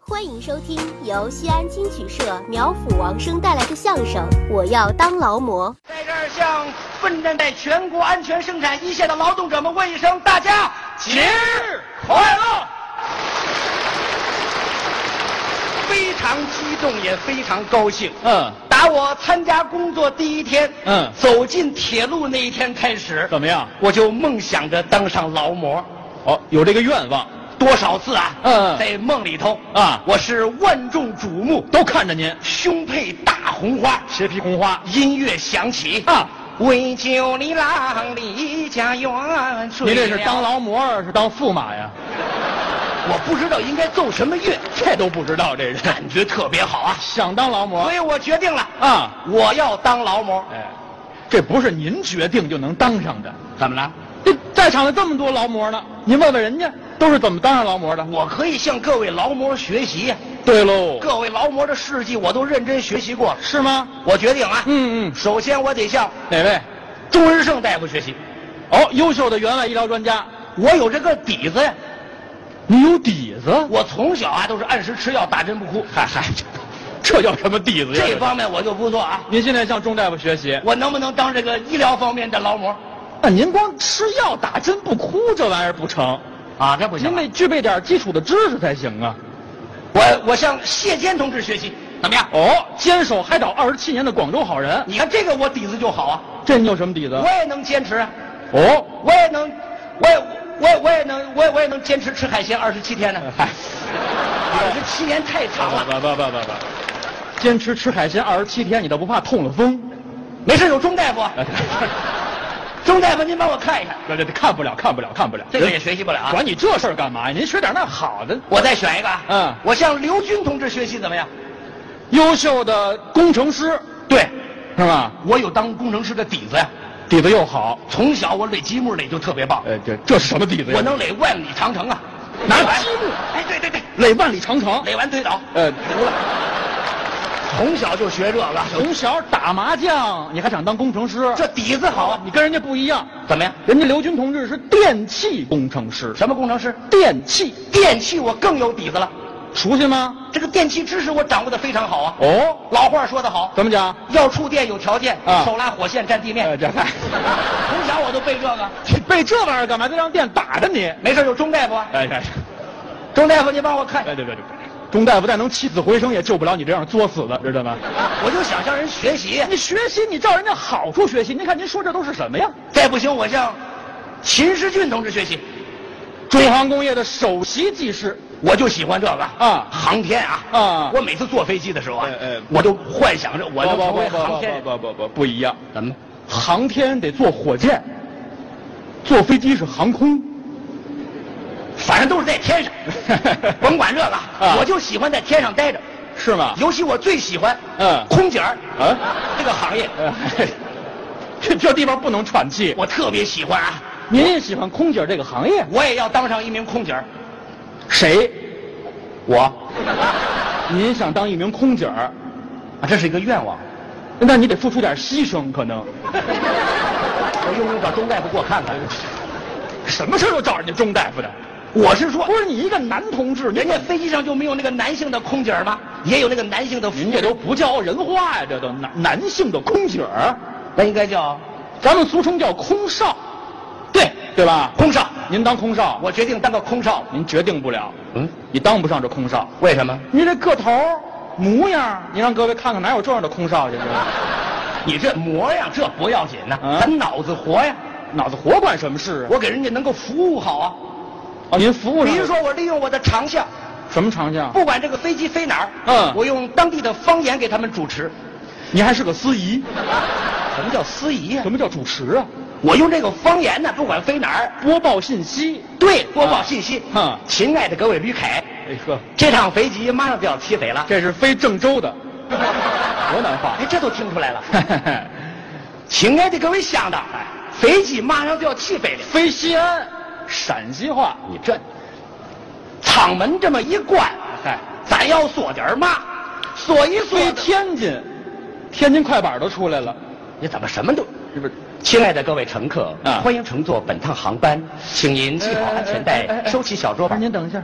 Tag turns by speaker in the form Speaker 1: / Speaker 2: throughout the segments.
Speaker 1: 欢迎收听由西安青曲社苗阜王声带来的相声《我要当劳模》。
Speaker 2: 在这儿向奋战在全国安全生产一线的劳动者们问一声，大家节日快乐！非常激动，也非常高兴。
Speaker 3: 嗯，
Speaker 2: 打我参加工作第一天，
Speaker 3: 嗯
Speaker 2: 走进铁路那一天开始，
Speaker 3: 怎么样？
Speaker 2: 我就梦想着当上劳模。
Speaker 3: 哦，有这个愿望，
Speaker 2: 多少次啊？
Speaker 3: 嗯嗯
Speaker 2: 在梦里头
Speaker 3: 啊
Speaker 2: 我是万众瞩目，
Speaker 3: 都看着您，
Speaker 2: 胸佩大红花，
Speaker 3: 斜披红花
Speaker 2: 音乐响起
Speaker 3: 啊！
Speaker 2: 为救你郎离家园水
Speaker 3: 您这是当
Speaker 2: 了，
Speaker 3: 劳模儿，是当驸马呀？
Speaker 2: 我不知道应该奏什么乐，
Speaker 3: 这都不知道，这人
Speaker 2: 感觉特别好啊，
Speaker 3: 想当劳模
Speaker 2: 所以我决定了，
Speaker 3: 啊？
Speaker 2: 我要当劳模。
Speaker 3: 哎，这不是您决定就能当上的。
Speaker 2: 怎么了？
Speaker 3: 这在场的这么多劳模呢，您问问人家都是怎么当上劳模的？
Speaker 2: 我可以向各位劳模学习呀，
Speaker 3: 对喽，
Speaker 2: 各位劳模的事迹我都认真学习过了。
Speaker 3: 是吗？
Speaker 2: 我决定啊，
Speaker 3: 嗯嗯，
Speaker 2: 首先我得向
Speaker 3: 哪位？
Speaker 2: 周仁胜大夫学习，
Speaker 3: 哦，优秀的员外医疗专家，
Speaker 2: 我有这个底子呀。
Speaker 3: 你有底子？
Speaker 2: 我从小啊都是按时吃药，打针不哭。
Speaker 3: 嗨嗨，这这叫什么底子呀？
Speaker 2: 这方面我就不错啊。
Speaker 3: 您现在向钟大夫学习，
Speaker 2: 我能不能当这个医疗方面的劳模？
Speaker 3: 那您光吃药打针不哭这玩意儿不成。
Speaker 2: 啊，这不
Speaker 3: 您
Speaker 2: 啊
Speaker 3: 得具备点基础的知识才行啊！
Speaker 2: 我我向谢坚同志学习，怎么样？
Speaker 3: 哦，坚守海岛二十七年的广州好人，
Speaker 2: 你看这个我底子就好啊，
Speaker 3: 这你有什么底子
Speaker 2: 我？也能坚持啊，
Speaker 3: 哦，
Speaker 2: 我也能，我也我也我也能我也我也能坚持吃海鲜二十七天呢。
Speaker 3: 嗨，
Speaker 2: 二十七年太
Speaker 3: 不
Speaker 2: 长了，
Speaker 3: 不不不不不，坚持吃海鲜二十七天，你倒不怕痛了 风？
Speaker 2: 没事有钟大夫啊，
Speaker 3: 哎
Speaker 2: 钟大夫您帮我看一看，
Speaker 3: 这这这看不了，看不了，看不了。
Speaker 2: 这个也学习不了啊。
Speaker 3: 管你这事儿干嘛呀？您学点那好的，
Speaker 2: 我再选一个啊，
Speaker 3: 嗯
Speaker 2: 我向刘军同志学习怎么样？
Speaker 3: 优秀的工程师
Speaker 2: 对，
Speaker 3: 是吧？
Speaker 2: 我有当工程师的底子呀，
Speaker 3: 底子又好，
Speaker 2: 从小我垒积木垒就特别棒，
Speaker 3: 呃，这这是什么底子呀？
Speaker 2: 我能垒万里长城啊，
Speaker 3: 拿
Speaker 2: 垒完
Speaker 3: 积木
Speaker 2: 哎，对对对，
Speaker 3: 垒万里长城。
Speaker 2: 垒完推倒。
Speaker 3: 呃，服了。
Speaker 2: 从小就学这个，
Speaker 3: 从小打麻将，你还想当工程师？
Speaker 2: 这底子好啊！
Speaker 3: 你跟人家不一样。
Speaker 2: 怎么样？
Speaker 3: 人家刘军同志是电气工程师，
Speaker 2: 什么工程师？
Speaker 3: 电气
Speaker 2: 电器我更有底子了，
Speaker 3: 熟悉吗？
Speaker 2: 这个电器知识我掌握的非常好啊。
Speaker 3: 哦，
Speaker 2: 老话说得好，
Speaker 3: 怎么讲？
Speaker 2: 要触电有条件，
Speaker 3: 啊
Speaker 2: 手拉火线占地面。
Speaker 3: 呃这嗨
Speaker 2: 从小我就背这个，
Speaker 3: 你背这玩意儿干嘛？再让电打着你！
Speaker 2: 没事有钟大夫啊，
Speaker 3: 哎哎，
Speaker 2: 钟大夫您帮我看，
Speaker 3: 哎对对对，钟大夫再能起死回生，也救不了你这样作死的，知道吗？
Speaker 2: 我就想向人学习。
Speaker 3: 哎你学习，你照人家好处学习。您看您说这都是什么呀？
Speaker 2: 再不行，我向秦世俊同志学习。
Speaker 3: 中航工业的首席技师，
Speaker 2: 我就喜欢这个
Speaker 3: 啊
Speaker 2: 航天啊
Speaker 3: 啊
Speaker 2: 我每次坐飞机的时候啊
Speaker 3: 哎哎，
Speaker 2: 我就幻想着我能成为航天人。
Speaker 3: 不不不不一样，
Speaker 2: 怎么？
Speaker 3: 航天得坐火箭，坐飞机是航空。
Speaker 2: 反正都是在天 上，甭管这个，
Speaker 3: 啊
Speaker 2: 我就喜欢在天上待着。
Speaker 3: 是吗？
Speaker 2: 尤其我最喜欢，
Speaker 3: 嗯
Speaker 2: 空姐儿
Speaker 3: 啊。
Speaker 2: 这个行业，嗯
Speaker 3: 哎，这这地方不能喘气。
Speaker 2: 我特别喜欢啊！
Speaker 3: 您也喜欢空姐这个行业？
Speaker 2: 我也要当上一名空姐儿。
Speaker 3: 谁？
Speaker 2: 我，
Speaker 3: 您想当一名空姐儿
Speaker 2: 啊，这是一个愿望。
Speaker 3: 那你得付出点牺牲，可能。
Speaker 2: 我用不用找钟大夫给我看看？
Speaker 3: 什么事儿都找人家钟大夫的？
Speaker 2: 我是说
Speaker 3: 不，是你一个男同志，
Speaker 2: 人
Speaker 3: 人
Speaker 2: 家
Speaker 3: 家
Speaker 2: 飞机上就没有那个男性的空姐儿吗？也有那个男性的服务
Speaker 3: 人家都不叫人话呀，这都男男性的空姐儿，
Speaker 2: 那应该叫，
Speaker 3: 咱们俗称叫空少，
Speaker 2: 对，
Speaker 3: 对吧？
Speaker 2: 空少。
Speaker 3: 您当空少，
Speaker 2: 我决定当个空少。
Speaker 3: 您决定不了，
Speaker 2: 嗯，
Speaker 3: 你当不上这空少。
Speaker 2: 为什么？
Speaker 3: 您这个头儿模样儿，您让各位看看哪有这样的空少去？
Speaker 2: 你这模样这不要紧呐、
Speaker 3: 嗯
Speaker 2: 咱脑子活呀。
Speaker 3: 脑子活管什么事啊？
Speaker 2: 我给人家能够服务好啊。
Speaker 3: 哦，您服务上
Speaker 2: 比
Speaker 3: 有
Speaker 2: 如说我利用我的长项，
Speaker 3: 什么长项？
Speaker 2: 不管这个飞机飞哪儿，
Speaker 3: 嗯
Speaker 2: 我用当地的方言给他们主持。
Speaker 3: 您还是个司仪，
Speaker 2: 什么叫司仪呀、
Speaker 3: 什么叫主持啊？
Speaker 2: 我用这个方言呢，不管飞哪儿，
Speaker 3: 播报信息。
Speaker 2: 对，播报信息。
Speaker 3: 嗯
Speaker 2: 亲爱的各位旅客，
Speaker 3: 哎呵，
Speaker 2: 这趟飞机马上就要起飞了。
Speaker 3: 这是非郑州的， 河南话
Speaker 2: 哎，。这都听出来 了。
Speaker 3: 嘿嘿嘿
Speaker 2: 亲爱的各位乡党，飞机马上就要起飞了。
Speaker 3: 非西安，陕西话。
Speaker 2: 你这舱门这么一关，
Speaker 3: 嗨，
Speaker 2: 咱要说点儿嘛，说一说
Speaker 3: 非
Speaker 2: 的。
Speaker 3: 天津，天津快板都出来了，
Speaker 2: 你怎么什么都？
Speaker 3: 是不是？
Speaker 2: 亲爱的各位乘客，
Speaker 3: 啊
Speaker 2: 欢迎乘坐本趟航班，请您系好安全带，收起小桌板。
Speaker 3: 您等一下，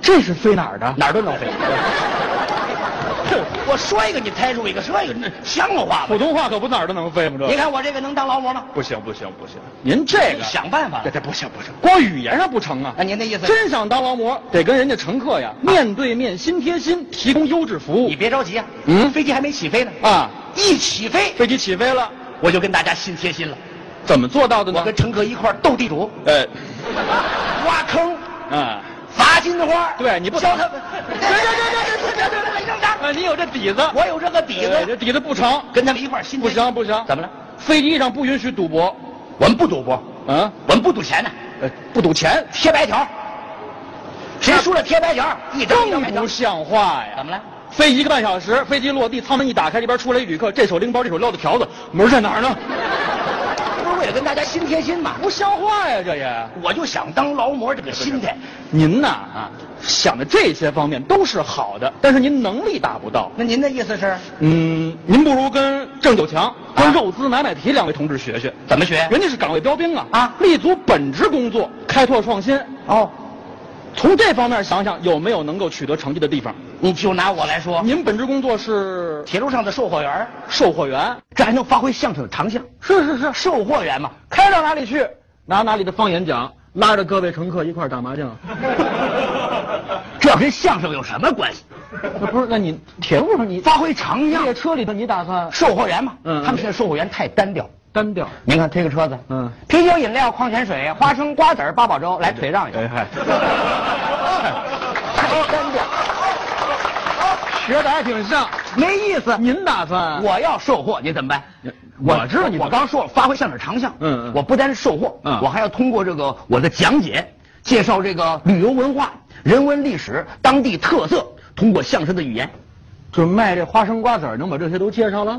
Speaker 3: 这是飞哪儿的？
Speaker 2: 哪儿都能飞。哼，我说一个你猜出一个，说一个那像话吗
Speaker 3: 普？通话可不哪儿都能飞吗？这
Speaker 2: 你看我这个能当劳模吗？
Speaker 3: 不行不行不行，您这个
Speaker 2: 想办法
Speaker 3: 这。这不行不行，光语言上不成啊
Speaker 2: 啊，。您的意思？
Speaker 3: 真想当劳模，得跟人家乘客呀面对面、心贴心，提供优质服务
Speaker 2: 你别着急啊，
Speaker 3: 嗯
Speaker 2: 飞机还没起飞呢，
Speaker 3: 啊。
Speaker 2: 一起飞
Speaker 3: 飞机起飞了，
Speaker 2: 我就跟大家心贴心了，
Speaker 3: 怎么做到的
Speaker 2: 我
Speaker 3: 呢
Speaker 2: 跟？乘客一块儿斗地主，
Speaker 3: 呃，
Speaker 2: 挖坑，
Speaker 3: 啊，
Speaker 2: 砸金花，
Speaker 3: 对你不
Speaker 2: 教他们，对对对对对对对对，让让
Speaker 3: 呃，你有这底子，
Speaker 2: 我有这个底
Speaker 3: 呃这
Speaker 2: 子，
Speaker 3: 底子不成，
Speaker 2: 跟他们一块儿心
Speaker 3: 不
Speaker 2: 贴心。
Speaker 3: 行不行，
Speaker 2: 怎么了？
Speaker 3: 飞机上不允许赌博，
Speaker 2: 我们不赌博，
Speaker 3: 啊，
Speaker 2: 我们不赌钱呢，
Speaker 3: 呃，不赌钱，
Speaker 2: 贴白条，谁输了贴白条，一张一张
Speaker 3: 更
Speaker 2: 白条
Speaker 3: 不。像话
Speaker 2: 怎
Speaker 3: 呀！
Speaker 2: 么了？
Speaker 3: 飞一个半小时，飞机落地，舱门一打开，里边出来一旅客，这手拎包，这手撂的条子，门在哪儿呢？
Speaker 2: 不是为了跟大家心贴心嘛？
Speaker 3: 不像话呀，这也。
Speaker 2: 我就想当劳模这个心态，
Speaker 3: 您呐啊，想的这些方面都是好的，但是您能力达不到。
Speaker 2: 那您的意思是
Speaker 3: 嗯，您不如跟郑九强、跟肉丝奶奶皮两位同志学学，
Speaker 2: 怎么学
Speaker 3: 人家是岗位标兵啊
Speaker 2: 哎啊
Speaker 3: 立足本职工作，开拓创新。
Speaker 2: 哦，
Speaker 3: 从这方面想想，有没有能够取得成绩的地方？
Speaker 2: 你就拿我来说，
Speaker 3: 您本职工作是
Speaker 2: 铁路上的售货员，
Speaker 3: 售货员，
Speaker 2: 这还能发挥相声的长项。
Speaker 3: 是是是，
Speaker 2: 售货员嘛，
Speaker 3: 开到哪里去，拿哪里的方言讲，拉着各位乘客一块儿打麻将。
Speaker 2: 这跟相声有什么关系？
Speaker 3: 那不是，那你铁路上你
Speaker 2: 发挥长项
Speaker 3: 列，车里头你打算
Speaker 2: 售货员嘛，
Speaker 3: 嗯嗯
Speaker 2: 他们现在售货员太单调。
Speaker 3: 单调？
Speaker 2: 您看推个车子，
Speaker 3: 嗯
Speaker 2: 啤酒、饮料、矿泉水、花生、瓜子儿、八宝粥，来腿让一个。
Speaker 3: 哎嗨。
Speaker 2: 太单调，
Speaker 3: 学的还挺像。
Speaker 2: 没意思。
Speaker 3: 您打算？
Speaker 2: 我要售货，你怎么办？
Speaker 3: 嗯我知道你怎么
Speaker 2: 我刚说了，发挥相声长项。
Speaker 3: 嗯嗯
Speaker 2: 我不单是售货，
Speaker 3: 嗯
Speaker 2: 我还要通过这个我的讲解，介绍这个旅游文化、人文历史、当地特色，通过相声的语言，
Speaker 3: 就卖这花生瓜子儿，能把这些都介绍了？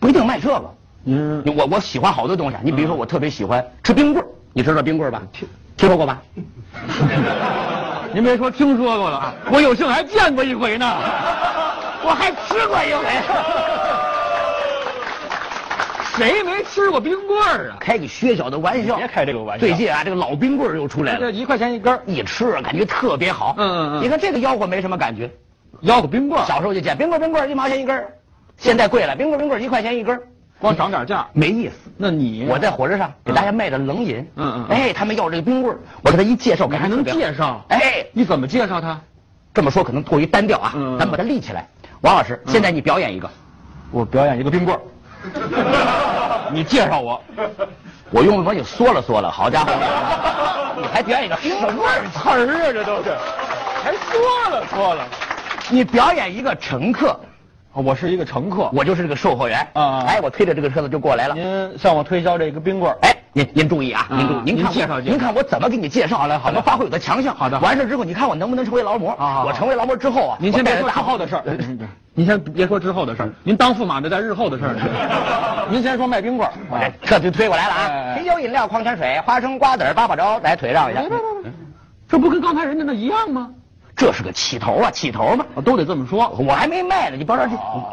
Speaker 2: 不一定卖这个。
Speaker 3: 您
Speaker 2: 我我喜欢好多东西啊，你比如
Speaker 3: 嗯
Speaker 2: 说，我特别喜欢吃冰棍儿你知道冰棍儿吧？听听说过吧？
Speaker 3: 您别说，听说过了啊，我有幸还见过一回呢。
Speaker 2: 我还吃过一回，
Speaker 3: 谁没吃过冰棍儿啊？
Speaker 2: 开个薛小的玩笑。
Speaker 3: 别开这个玩笑
Speaker 2: 最近啊，这个老冰棍儿又出来
Speaker 3: 这
Speaker 2: 了，
Speaker 3: 一块钱一根儿，
Speaker 2: 一吃啊，感觉特别好。
Speaker 3: 嗯嗯嗯
Speaker 2: 你看这个吆喝没什么感觉，
Speaker 3: 要个冰棍儿，
Speaker 2: 小时候就见冰棍儿冰棍儿一毛钱一根儿，现在贵了，冰棍儿冰棍儿一块钱一根儿，
Speaker 3: 光涨点价。
Speaker 2: 没意思。
Speaker 3: 那你
Speaker 2: 我在火车上给大家卖的冷饮，
Speaker 3: 嗯嗯嗯
Speaker 2: 哎，他们要这个冰棍儿我给他一介绍，
Speaker 3: 你
Speaker 2: 感
Speaker 3: 还
Speaker 2: 觉
Speaker 3: 能
Speaker 2: 特别好
Speaker 3: 介绍？
Speaker 2: 哎，
Speaker 3: 你怎么介绍他？
Speaker 2: 这么说可能过于单调啊，
Speaker 3: 嗯嗯嗯
Speaker 2: 咱们把它立起来。王老师，现在你表演一个，
Speaker 3: 我表演一个冰 棍儿，你介绍我。
Speaker 2: 我用我就缩了缩了，好 家伙，你还表演一个什么词儿啊？这都是，
Speaker 3: 还说了说了，
Speaker 2: 你表演一个乘客，
Speaker 3: 哦我是一个乘客，
Speaker 2: 我就是这个售货员
Speaker 3: 啊
Speaker 2: 哎，我推着这个车子就过来了。
Speaker 3: 您向我推销这个冰棍儿。
Speaker 2: 哎，您您注意啊，您注意
Speaker 3: 啊，
Speaker 2: 您看
Speaker 3: 您介
Speaker 2: 我
Speaker 3: 绍介绍
Speaker 2: 您看我怎么给你介绍，好
Speaker 3: 嘞好
Speaker 2: 怎
Speaker 3: 嘞
Speaker 2: 么发挥我的强项。
Speaker 3: 好的好的啊
Speaker 2: 完事之后，你看我能不能成为劳模？
Speaker 3: 好好好
Speaker 2: 我成为劳模之后啊，
Speaker 3: 您先
Speaker 2: 我带着
Speaker 3: 别说
Speaker 2: 大
Speaker 3: 之后的事儿，您先别说之后的事儿，您当驸马的在日后的事儿呢。您先说卖冰棍
Speaker 2: 我
Speaker 3: 儿啊
Speaker 2: 这，车就推过来了
Speaker 3: 哎哎
Speaker 2: 啊！
Speaker 3: 哎
Speaker 2: 啤酒、饮料、矿泉水、花生、瓜子儿、八宝粥，来腿让一下。
Speaker 3: 哎这不跟刚才人家那一样吗？
Speaker 2: 这是个起头啊，起头嘛。
Speaker 3: 啊都得这么说。哎
Speaker 2: 我还没卖呢，你别着急。
Speaker 3: 哦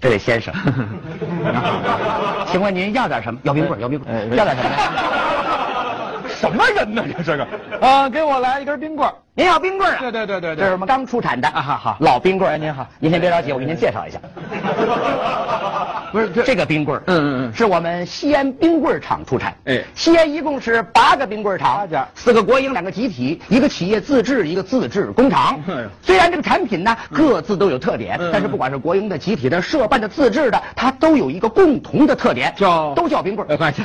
Speaker 2: 这位先生， 请问您要点什么？要冰棍儿，要冰棍
Speaker 3: 哎
Speaker 2: 儿，
Speaker 3: 哎
Speaker 2: 要点什么呀？
Speaker 3: 什么人呢？这是个啊，给我来一根冰棍儿。
Speaker 2: 您要冰棍儿啊？
Speaker 3: 对对对对对
Speaker 2: 这是我们刚出产的
Speaker 3: 啊好哎好
Speaker 2: 老冰棍儿。您好，您先别着急，我给您介绍一下。
Speaker 3: 不是这
Speaker 2: 这个冰棍儿，
Speaker 3: 嗯嗯嗯
Speaker 2: 是我们西安冰棍儿厂出产。
Speaker 3: 哎
Speaker 2: 西安一共是八个冰棍儿
Speaker 3: 八
Speaker 2: 厂
Speaker 3: 家，
Speaker 2: 四个国营，两个集体，一个企业自制，一个自制工厂
Speaker 3: 哎呦。
Speaker 2: 虽然这个产品呢各自都有特点
Speaker 3: 嗯嗯，
Speaker 2: 但是不管是国营的、集体的、社办的、自制的，它都有一个共同的特点，
Speaker 3: 叫
Speaker 2: 都叫冰棍儿。
Speaker 3: 哎这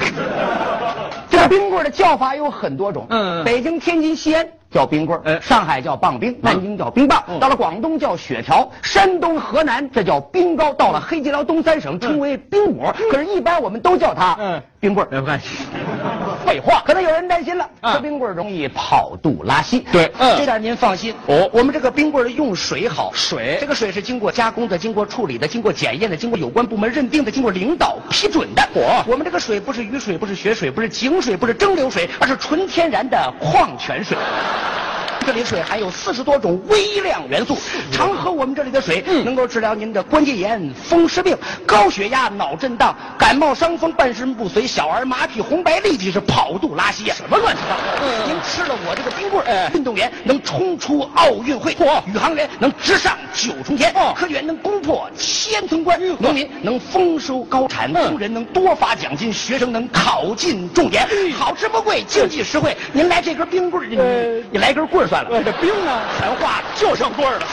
Speaker 2: 这个冰棍儿的叫法有很多种，
Speaker 3: 嗯嗯
Speaker 2: 北京、天津、西安叫冰棍
Speaker 3: 哎
Speaker 2: 儿，上海叫棒冰，南京叫冰棒
Speaker 3: 嗯，
Speaker 2: 到了广东叫雪条，山东、河南这叫冰糕，到了黑吉辽东三省称为冰果，可是，一般我们都叫它
Speaker 3: 嗯
Speaker 2: 冰棍儿。
Speaker 3: 哎
Speaker 2: 废话，可能有人担心了，
Speaker 3: 嗯
Speaker 2: 吃冰棍儿容易跑肚拉稀。
Speaker 3: 对嗯
Speaker 2: 这点您放心。
Speaker 3: 哦
Speaker 2: 我们这个冰棍儿用水好，
Speaker 3: 水
Speaker 2: 这个水是经过加工的、经过处理的、经过检验的、经过有关部门认定的、经过领导批准的。
Speaker 3: 嚯
Speaker 2: 我们这个水不是雨水，不是雪水，不是井水，不是蒸馏水，而是纯天然的矿泉水。这里水含有四十多种微量元素，常喝我们这里的水，能够治疗您的关节炎、风湿病、高血压、脑震荡、感冒、伤风、半身不遂、小儿麻痹、红白痢疾是跑肚拉稀呀，什么乱七八糟嗯的！您吃了我这个冰棍儿，运动员能冲出奥运会，宇航员能直上九重天，科学员能攻破千层关，农民能丰收高产，工人能多发奖金，学生能考进重点，好吃不贵，经济呃实惠。您来这根冰棍儿，你你来根棍儿算了。
Speaker 3: 哎这冰呢？
Speaker 2: 全化了，就剩棍儿了。